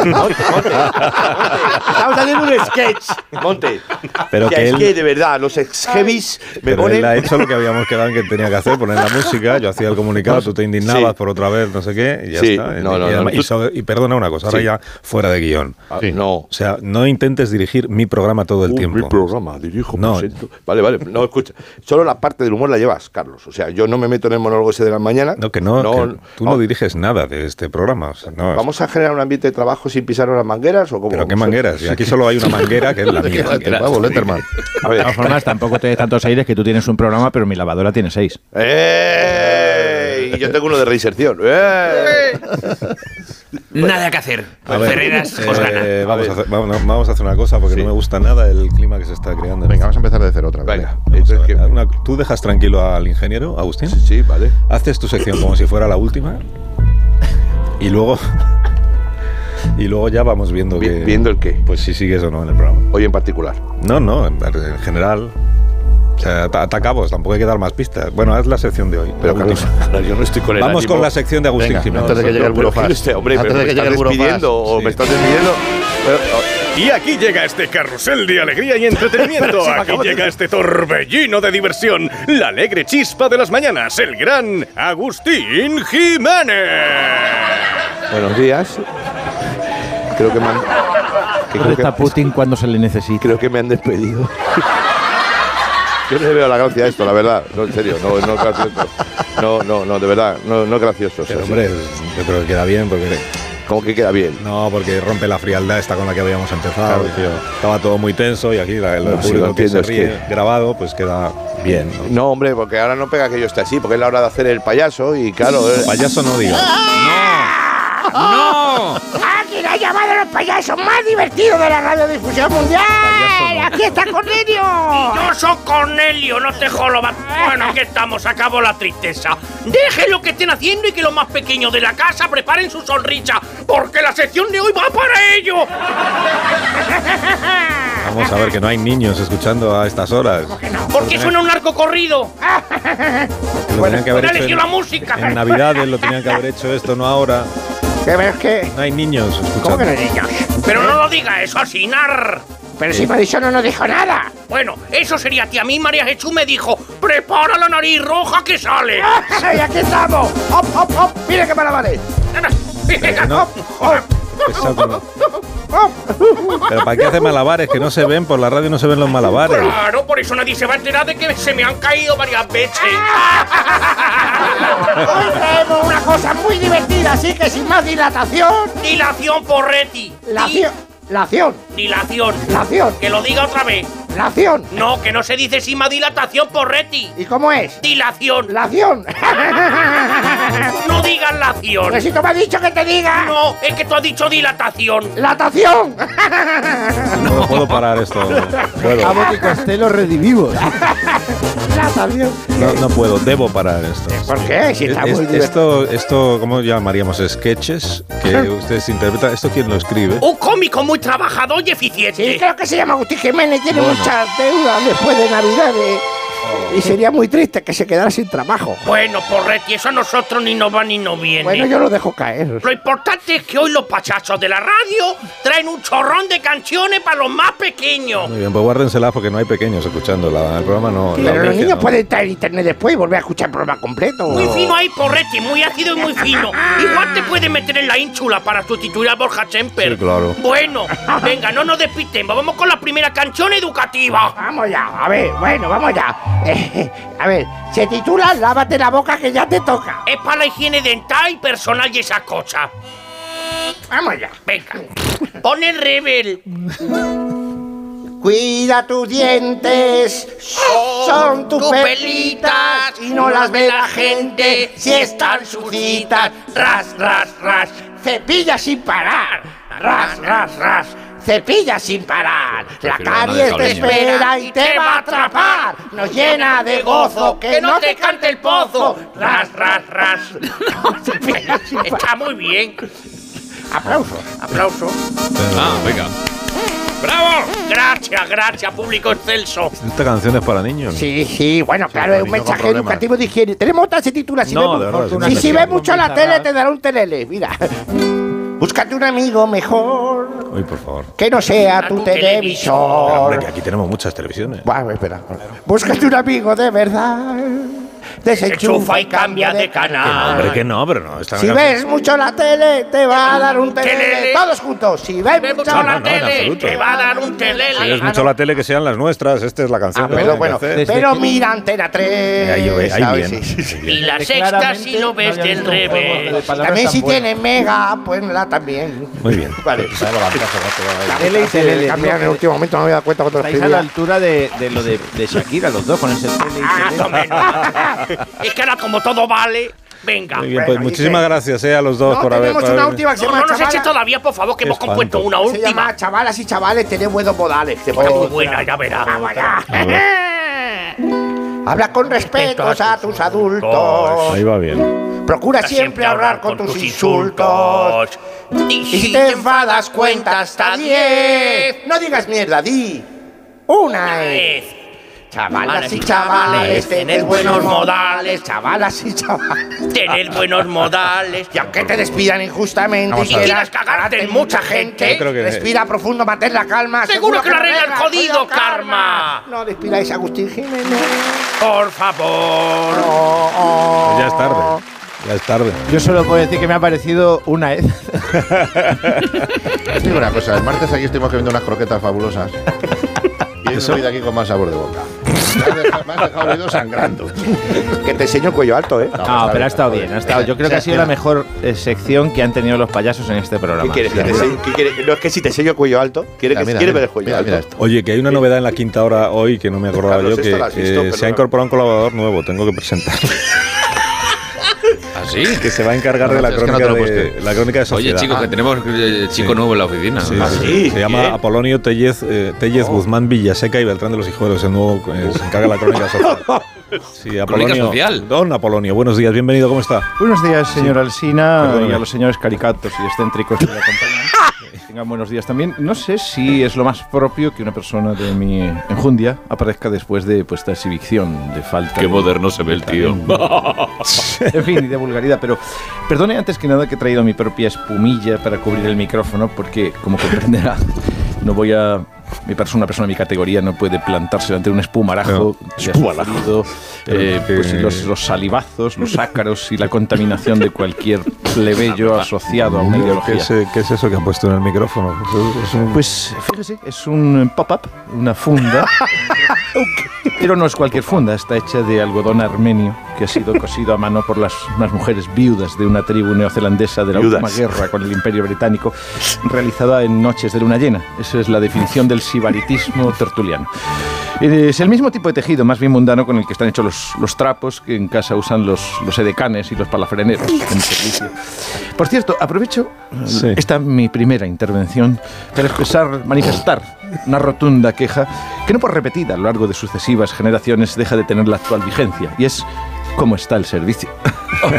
Estamos haciendo un sketch, Montes.
Pero
Que
que
es
él-
que de verdad, los ex heavies me
Pero
ponen.
él ha hecho lo que habíamos quedado en que tenía que hacer, poner la música, yo hacía el comunicado, tú te indignabas por otra vez, no sé qué, y ya
Sí,
está. Y-
no,
y,
no,
además-
no,
y
tú-
sobre- y perdona una cosa, ahora
Sí. Ah,
ya fuera de guión.
No. O
sea, no intentes dirigir mi programa todo el
Uh,
tiempo.
Mi programa, dirijo,
No.
presento. Vale, vale, no, escucha. Solo la parte del humor la llevas, Carlos. O sea, yo no me meto en el monólogo ese de la mañana.
No, que no,
No,
que tú no diriges nada de este programa. o sea, no,
¿Vamos a generar un ambiente de trabajo sin pisar las mangueras o cómo?
Pero qué
vamos a hacer?
mangueras, y aquí solo hay una manguera que es la mía.
Vamos,
Letterman.
A
De
ver.
todas formas, tampoco te des tantos aires que tú tienes un programa, pero mi lavadora tiene seis.
¡Eh! Y yo tengo uno de reinserción. ¡Eh!
Nada que hacer.
A ver,
Ferreras
eh,
Pues os gana.
vamos, a hacer, vamos, vamos a hacer una cosa porque no me gusta nada el clima que se está creando.
Venga, vamos a empezar de cero otra vez. Venga.
Vamos a ver, una- tú dejas tranquilo al ingeniero, Agustín. Sí,
sí, vale.
Haces tu sección como si fuera la última. Y luego. Y luego ya vamos viendo
Vi-
que-
¿Viendo el qué?
Pues si sigues o no en el programa.
Hoy en particular.
No, no, en, en general. O sea, at- atacamos, tampoco hay que dar más pistas. Bueno, haz la sección de hoy.
Pero
la
Carlos,
última.
yo no estoy con el
Vamos
ánimo.
con la sección de Agustín
Venga,
Jiménez.
antes de que llegue el Pero, Burofax. pero este hombre, Antes pero de me que llegue estás el Burofax. despidiendo o me estás despidiendo.
Y aquí llega este carrusel de alegría y
Pero
entretenimiento.
si me
Aquí
acabo de-
llega este torbellino de diversión. La alegre chispa de las mañanas. El gran Agustín Jiménez.
Buenos días. Creo que me han. que creo,
¿Dónde
que,
está Putin cuando se le necesita?
creo que me han despedido. Yo no le veo la gracia a esto, la verdad. No, en serio, no, no es gracioso. No, no, no, de verdad, no, no es gracioso.
Pero, hombre, yo creo que queda bien porque.
¿Cómo que queda bien?
No, porque rompe la frialdad esta con la que habíamos empezado. tío. Estaba todo muy tenso y aquí la, el
No, sí,
público
lo
que se
entiendo, es
ríe grabado, pues queda bien. ¿no?
No, hombre, porque ahora no pega que yo esté así, porque es la hora de hacer el payaso y claro. eh.
Payaso no digas.
¡No!
¡Alguien ha llamado a los payasos más divertidos de la radiodifusión mundial! ¡Aquí está Cornelio!
Yo soy Cornelio, no te jolobas. Bueno, aquí estamos, acabó la tristeza. Dejen lo que estén haciendo y que los más pequeños de la casa preparen su sonrisa, porque la sección de hoy va para ello.
Vamos a ver que no hay niños escuchando a estas horas.
Porque suena un arco corrido.
Lo tenían que haber
Bueno,
hecho
eligió
en,
la música.
en Navidades, lo tenían que haber hecho esto, no ahora.
es que
no hay niños escuchando.
¿Cómo que no hay niños?
Pero no lo diga eso, Asinar.
Pero si por eso no nos dijo nada.
Bueno, eso sería que a mí María Jesús me dijo, prepara la nariz roja que sale.
¡Ay, Ah, aquí estamos! ¡Hop, hop, hop! ¡Mire qué malabares!
No, eso como- Pero ¿para qué hace malabares? Que no se ven, por la radio no se ven los malabares.
Claro, por eso nadie se va a enterar de que se me han caído varias veces.
Hoy traemos una cosa muy divertida, así que sin más dilatación.
Dilación Porretti.
Lación. Lación.
Dilación.
Lación.
Que lo diga otra vez.
Lación.
No, que no se dice sima dilatación porreti.
¿Y cómo es?
Dilación.
Lación.
No digas lación.
Pero Pues si tú me has dicho que te diga.
No, es que tú has dicho dilatación.
Latación.
No puedo parar esto. Puedo.
Abbott y Costello redivivos.
Latación.
No, no puedo, debo parar esto.
¿Por qué? Si está
Es-
muy divertido.
esto, esto, ¿cómo llamaríamos? Sketches que ustedes interpretan. ¿Esto quién lo escribe?
Un cómico muy trabajador y eficiente.
Sí, creo que se llama Agustín Jiménez, tiene
Bueno.
muchas deudas después de Navidades. Y sería muy triste que se quedara sin trabajo.
Bueno, Porretti, eso a nosotros ni nos va ni nos viene.
Bueno, yo lo dejo caer.
Lo importante es que hoy los pachachos de la radio traen un chorrón de canciones para los más pequeños.
Muy bien, pues guárdenselas porque no hay pequeños escuchando. la- el programa no. la
Pero los
audiencia
niños
no.
pueden entrar en internet después y volver a escuchar el programa completo.
Muy fino ahí, Porretti, muy ácido y muy fino. Igual te puede meter en la ínsula para sustituir a Borja Semper.
Sí, claro.
Bueno, venga, no nos despistemos. Vamos con la primera canción educativa.
Vamos ya, a ver, bueno, vamos ya. Eh, a ver, se titula Lávate la boca que ya te toca.
Es para la higiene dental y personal y esas cosas.
Vamos ya.
Venga, pon el rebel.
Cuida tus dientes, son tus pelitas y no las ve la gente si están sucitas. Ras, ras, ras, cepilla sin parar. Ras, ras, ras, Cepilla sin parar.
Prefiero una
La
de
caries te
Calviño.
espera y te va a atrapar. Nos llena de gozo que no te cante el pozo.
Ras, ras, ras. Está muy bien.
Aplauso.
Aplauso.
Ah, venga.
¡Bravo! Gracias, gracias, público excelso.
Esta canción es para niños.
Sí, sí, bueno, claro, es un mensaje educativo de higiene. Tenemos otra, se titula Si
No,
ves-
de verdad, es una
y si
lección
ves mucho la
complicada.
tele, te dará un telele. Mira. Búscate un amigo mejor
Hoy, por favor.
que no sea tu
Pero, hombre,
televisor.
que aquí tenemos muchas televisiones.
Bueno, espera. Búscate un amigo de verdad. Desenchufa y cambia de
Hombre,
canal.
que no, pero no. Esta
Si
canción-
ves mucho la tele, te va a dar un telele. Todos juntos. Si ves mucho
mucho
la
la tele,
tele,
absoluto.
te va a dar un telele.
Si ves mucho la tele, que sean las nuestras. Esta es la canción.
Ah,
que
pero
tienen que
bueno,
hacer.
pero mira Antena 3.
Ahí yo- ahí
¿sabes?
bien.
Sí, sí, sí.
Y la sexta si lo ves del revés.
También si tiene mega, ponla también.
Muy bien.
Vale.
pues
Tele y telele.
Cambiar en el último momento, no me he dado cuenta cuando lo
Estáis a la
escribía.
altura de, de lo de, de Shakira, los dos con ese tele y
Más o menos. Es que ahora como todo vale, venga.
Muy bien, pues muchísimas gracias eh, a los dos
No,
por haber.
tenemos
por
una
haber-
última que se
No,
llama
no nos
Chavala.
eches todavía, por favor, que
Qué
hemos compuesto
espanto.
una
Se
última.
llama Chavalas y Chavales, tened buenos modales. Te
Está muy
pongo-
buena, ya verás.
Ah, Habla con respeto a tus adultos.
Ahí va bien.
Procura siempre hablar con tus insultos. Y si te enfadas, cuenta hasta 10. No digas mierda, di una vez.
Ah,
Chavalas y chavales, tened buenos modales. Chavalas y chavales.
Tener buenos modales.
Y aunque te despidan injustamente
Vamos
y
a ver.
quieras cagarte en mucha gente,
Yo creo que-
respira profundo, mantén la calma.
Seguro que lo arregla el
arreglas,
jodido karma.
No despidáis a Agustín Jiménez. Oh,
Por favor.
Pues ya es tarde. Ya es tarde.
Yo solo puedo decir que me ha parecido una e- vez.
Os digo una cosa, el martes aquí estuvimos comiendo unas croquetas fabulosas. Y yo me voy de aquí con más sabor de boca. Me has dejado, me has dejado el oído sangrando.
Que te enseño el cuello alto, ¿eh?
No, pero ha estado bien, ha estado. Yo creo que ha sido la mejor eh, sección que han tenido los payasos en este programa.
¿Qué quieres? que te
Seguro.
enseñe- qué quieres? No, es que si te enseño el cuello alto, quiere, que,
mira,
quiere
mira,
ver el cuello
mira,
alto.
mira esto.
Oye, que hay una novedad en la quinta hora hoy que no me acordaba
Carlos,
yo, que
esto lo has visto,
eh, se
perdona.
ha incorporado un colaborador nuevo, tengo que presentar.
¿Ah, sí?
Que se va a encargar
No,
de la
es que no te
crónica,
lo he
de,
puesto.
la crónica de
Oye,
sociedad.
chicos,
Ah.
que tenemos eh, chico
Sí.
nuevo en la oficina.
Sí,
Ah,
sí,
sí.
sí. Se llama Apolonio Tellez, eh,
Oh.
Tellez Guzmán Villaseca y Beltrán de los Hijuelos, el nuevo eh, se encarga de la crónica social. Sí, Apolonio.
social.
Don Apolonio, buenos días, bienvenido, ¿cómo está?
Buenos días, señor Alsina,
Perdóname.
y a los señores caricatos y excéntricos que le acompañan. Que Tengan buenos días también. No sé si es lo más propio que una persona de mi enjundia aparezca después de pues, esta exhibición de falta.
Qué
de-
moderno se ve el tío.
en fin, y de vulgaridad, pero perdone antes que nada que he traído mi propia espumilla para cubrir el micrófono, porque como comprenderá, no voy a. Mi persona, una persona de mi categoría no puede plantarse ante un espumarajo.
No.
ya
Espumarajo.
sufrido, eh,
Pero
pues,
que-
los, los salivazos, los ácaros y la contaminación de cualquier plebeyo asociado a una
¿Qué
ideología.
es, eh, qué es eso que han puesto en el micrófono? Es- es un-
Pues fíjese, es un pop-up, una funda. Pero no es cualquier funda, está hecha de algodón armenio que ha sido cosido a mano por las, unas mujeres viudas de una tribu neozelandesa de la
Viudas.
última guerra con el Imperio Británico, realizada en noches de luna llena. Esa es la definición del sibaritismo tertuliano. Es el mismo tipo de tejido, más bien mundano, con el que están hechos los, los trapos que en casa usan los, los edecanes y los palafreneros en servicio. Por cierto, aprovecho eh,
Sí.
esta mi primera intervención para expresar, manifestar una rotunda queja que no por repetida a lo largo de sucesivas generaciones deja de tener la actual vigencia y es cómo está el servicio.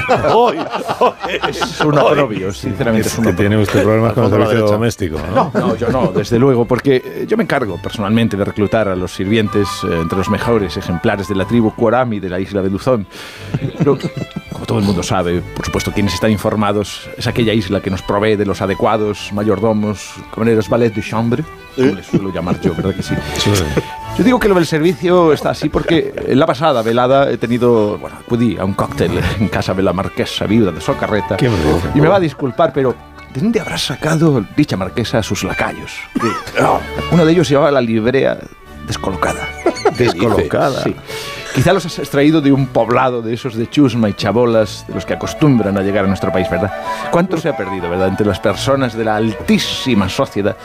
es un aprobio, sinceramente.
es
es un
que
aprobio.
tiene usted problemas con el
Alfonso a la
servicio
derecha.
doméstico, ¿no?
No, no, yo no, desde luego, porque eh, yo me encargo personalmente de reclutar a los sirvientes eh, entre los mejores ejemplares de la tribu Kuarami de la isla de Luzón. Pero, como todo el mundo sabe, por supuesto, quienes están informados, es aquella isla que nos provee de los adecuados mayordomos, comuneros, ballet de chambre, como les suelo llamar yo, ¿verdad que sí? Yo digo que lo del servicio está así porque en la pasada velada he tenido, bueno, acudí a un cóctel en casa de la marquesa viuda de Socarreta.
Qué vergüenza.
y me va a disculpar, pero ¿de dónde habrá sacado dicha marquesa a sus lacayos? Que, oh, Uno de ellos llevaba la librea descolocada. Descolocada. Quizá los has extraído de un poblado de esos de chusma y chabolas de los que acostumbran a llegar a nuestro país, ¿verdad? ¿Cuánto se ha perdido, verdad, entre las personas de la altísima sociedad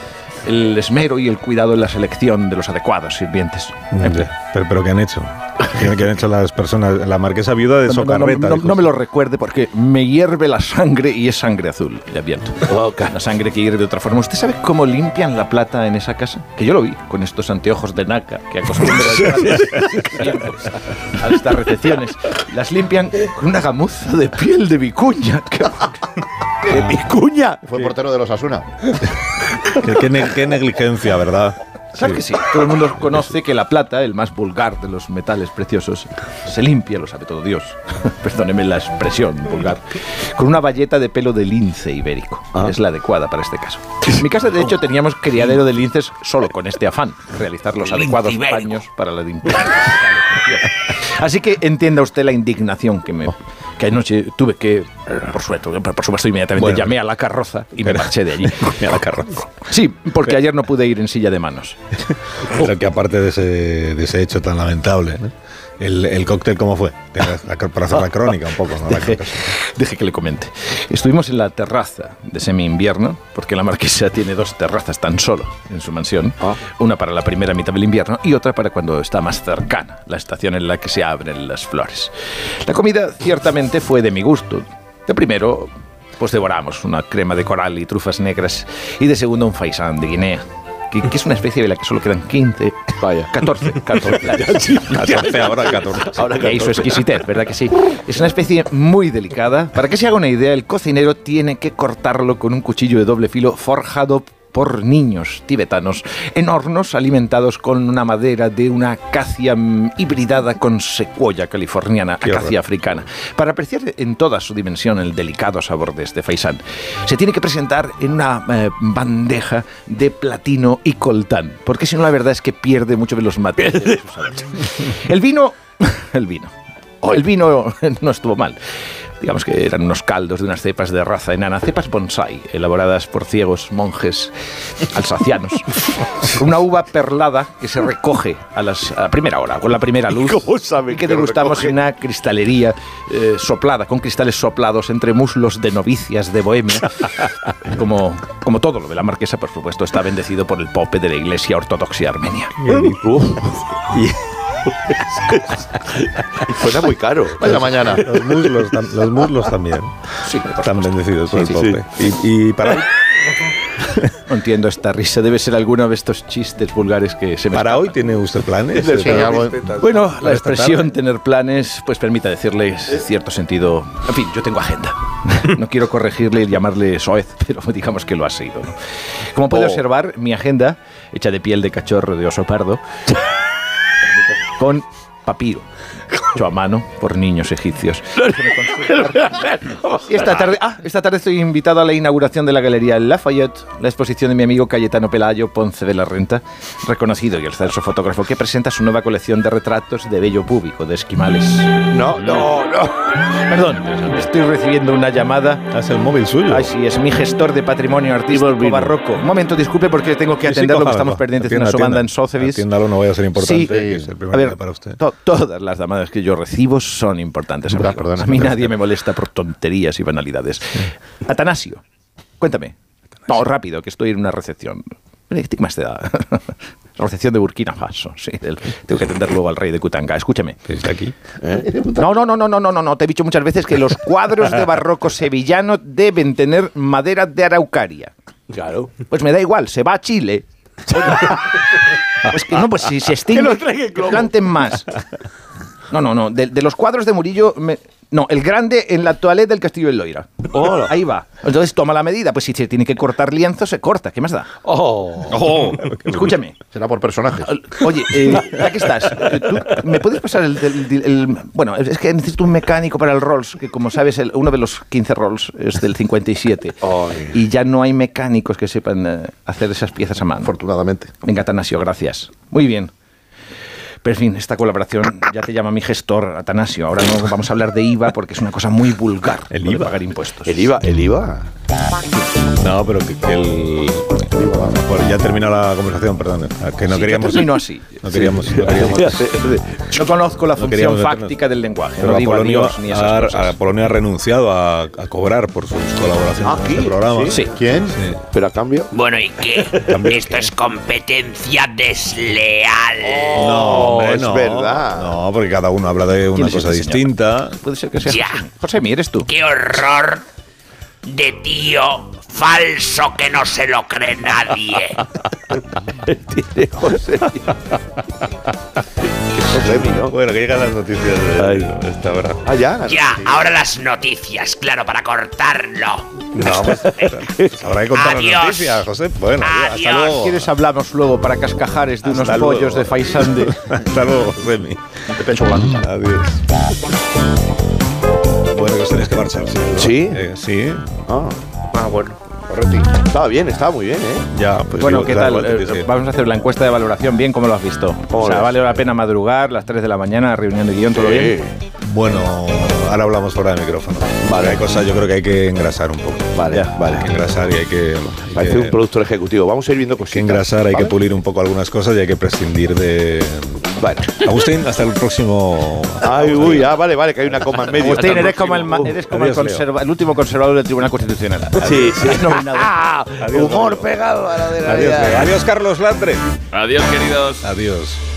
el esmero y el cuidado en la selección de los adecuados sirvientes.
Mm. Pero, pero ¿qué han hecho? ¿Qué, qué han hecho las personas? La marquesa viuda de
No, no, no,
Socarreta.
no,
dijo.
no me lo recuerde porque me hierve la sangre y es sangre azul, ya viento.
Oh,
La sangre que hierve de otra forma. ¿Usted sabe cómo limpian la plata en esa casa? Que yo lo vi con estos anteojos de nácar que acostumbran
pues.
a a estas recepciones. Las limpian con una gamuza de piel de vicuña. ¿De vicuña?
Fue portero de los Asuna.
Qué- qué ne- qué negligencia, ¿verdad?
Claro que sí. Todo el mundo conoce que la plata, el más vulgar de los metales preciosos, se limpia, lo sabe todo Dios. Perdóneme la expresión vulgar. Con una bayeta de pelo de lince ibérico.
Ah.
Es la adecuada para este caso. En mi casa, de hecho, teníamos criadero de linces solo con este afán, realizar los adecuados baños para la limpieza. Así que entienda usted la indignación que me. Que anoche tuve que, por supuesto, por supuesto inmediatamente
Bueno.
llamé a la carroza y me
Pero-
marché de allí.
Mira la carroza.
Sí, porque ayer no pude ir en silla de manos.
Pero que aparte de ese, de ese hecho tan lamentable, ¿no? el, el cóctel cómo fue? Tienes la- Para hacer la crónica un poco, ¿no? La
Deje, deje que le comente. Estuvimos en la terraza de semi-invierno, porque la marquesa tiene dos terrazas tan solo en su mansión.
Ah.
Una para la primera mitad del invierno y otra para cuando está más cercana, la estación en la que se abren las flores. La comida ciertamente fue de mi gusto. De primero, pues devoramos una crema de coral y trufas negras y de segundo un faisán de Guinea. Que, que es una especie de la que solo quedan 15, Vaya. 14, 14.
Ya, sí, ya, 14, ahora 14. Ahora
Ahora Y su
14.
exquisitez, ¿verdad que sí? Es una especie muy delicada. Para que se haga una idea, el cocinero tiene que cortarlo con un cuchillo de doble filo forjado por niños tibetanos en hornos alimentados con una madera de una acacia mm, hibridada con secuoya californiana, acacia africana. Para apreciar en toda su dimensión el delicado sabor de este faisán, se tiene que presentar en una eh, bandeja de platino y coltán, porque si no la verdad es que pierde mucho de los matices. de su sabor. El vino, el vino. El vino no estuvo mal. Digamos que eran unos caldos de unas cepas de raza enana, cepas bonsai, elaboradas por ciegos monjes alsacianos. Una uva perlada que se recoge a, las, a la primera hora, con la primera luz. y que
que lo
degustamos
recoge?
en una cristalería eh, soplada, con cristales soplados entre muslos de novicias de bohemia. como, como todo lo de la marquesa, por supuesto, está bendecido por el pope de la iglesia ortodoxia armenia.
Pues
Suena muy caro.
Vaya mañana. Los muslos, tam- los muslos también.
Sí,
Están bendecidos por
Sí,
el
sí,
pope. Y, y para, hoy-
No entiendo esta risa. Debe ser alguno de estos chistes vulgares que se me.
para hoy tiene usted planes.
Sí, algo- Bueno, la
Para esta
expresión
tarde.
tener planes, pues permita decirles cierto sentido. En fin, yo tengo agenda. No quiero corregirle y llamarle soez, pero digamos que lo ha sido. ¿no? Como puede
Oh.
observar, mi agenda, hecha de piel de cachorro de oso pardo, con papiro, hecho a mano por niños egipcios. Y esta tarde, ah, esta tarde estoy invitado a la inauguración de la Galería Lafayette, la exposición de mi amigo Cayetano Pelayo Ponce de la Renta, reconocido y excelso fotógrafo, que presenta su nueva colección de retratos de bello público de esquimales.
No, no, no.
Perdón, estoy recibiendo una llamada.
Ah, Es el móvil suyo.
Ay, sí, es mi gestor de patrimonio artístico barroco. Un momento, disculpe porque tengo que
Sí, sí,
atenderlo, que
cójalo.
estamos pendientes de
Atienda,
una sobanda
atienda.
en Sotheby's.
Atiéndalo, no vaya a ser importante,
Sí. eh,
que es el primer
a ver,
día para usted.
to- todas las llamadas que yo recibo son importantes. amigo. a mí nadie me molesta por tonterías y banalidades. Atanasio, cuéntame. No, rápido, que estoy en una recepción. Mira, ¿Qué más te da? recepción de Burkina Faso, sí. del- tengo que atender luego al rey de Kutanga. Escúchame.
¿Está aquí?
No, no, no, no, no, no, no, no. Te he dicho muchas veces que los cuadros de barroco sevillano deben tener madera de araucaria. Claro. Pues me da igual, se va a Chile. Pues que no, pues si se extingue,
Que lo traiga el
que planten más. No, no, no. De, de los cuadros de Murillo. me- no, el grande en la toilet del Castillo del Loira. Ahí va. Entonces toma la medida. Pues si se tiene que cortar lienzo, se corta. ¿Qué más da?
Oh.
Escúchame.
Será por personajes.
Oye, eh, ya que estás, eh, ¿tú ¿me puedes pasar el, el- el- Bueno, es que necesito un mecánico para el Rolls, que como sabes, el- uno de los 15 Rolls es del 57. Y ya no hay mecánicos que sepan eh, hacer esas piezas a mano.
Afortunadamente.
Venga, Atanasio, gracias. Muy bien. Pero en fin, esta colaboración ya te llama mi gestor, Atanasio. Ahora no vamos a hablar de IVA porque es una cosa muy vulgar. El IVA. pagar impuestos.
El IVA, el IVA.
No, pero que, que el. Bueno, ya termina la conversación, perdón. eh, Que no
Sí, ya
queríamos.
terminó así.
No queríamos. No, queríamos-
No conozco la
no
función
queríamos meternos.
fáctica del lenguaje.
Pero
No
la
digo
Polonia,
adiós ni esas
ha,
cosas.
a Polonia ha renunciado a, a cobrar por sus
Ah,
colaboraciones en este programa.
¿Sí?
¿Quién?
Pero a cambio.
Bueno, ¿y qué? Esto es competencia desleal.
No, hombre,
es
no.
verdad.
No, porque cada uno habla de una
es
cosa
este señor?
distinta.
Puede ser que sea.
Ya.
José- José, mi, eres tú.
¡Qué horror de tío falso que no se lo cree nadie!
Tiene José. José, ¿no?
Bueno, que llegan las noticias de esta hora.
Ah, ya.
Ya, ahora las noticias, claro, para cortarlo.
No, pues, pues habrá que contar
Adiós.
las noticias, José. Bueno, adiós, hasta
Adiós.
luego.
¿Quieres hablamos luego para cascajares de unos
Hasta luego.
pollos de faisande?
Hasta luego, Semi. De pecho blanco. Adiós. Bueno, que os tenéis que marchar, ¿sí?
¿Sí?
Eh, sí.
Ah,
Ah, bueno.
estaba bien, estaba muy bien, ¿eh?
Ya, pues
bueno,
digo,
¿qué
da
tal?
igual,
Eh,
te dice.
Vamos a hacer la encuesta de valoración. Bien, ¿cómo lo has visto? O sea,
ves?
¿vale la pena madrugar, las 3 de la mañana, reunión de guión, todo bien?
Bueno, ahora hablamos fuera de micrófono. Vale. Hay cosas, yo creo que hay que engrasar un poco. Vale, vale. Hay que engrasar y hay que. hay
Parece
que-
un productor ejecutivo. Vamos a ir viendo
que
cositas.
engrasar, hay
¿vale?
que pulir un poco algunas cosas y hay que prescindir de. Vale. Agustín, hasta el próximo.
Ay, uy, ah, vale, vale, que hay una coma en medio.
Agustín,
Hasta el
eres como el,
próximo.
ma- eres como el,
Adiós, Leo.
conserva- el último conservador del Tribunal Constitucional.
Sí, sí.
Has nominado.
Humor pegado a la de la
Adiós,
vida.
Leo. Adiós, Carlos Latre.
Adiós, queridos.
Adiós.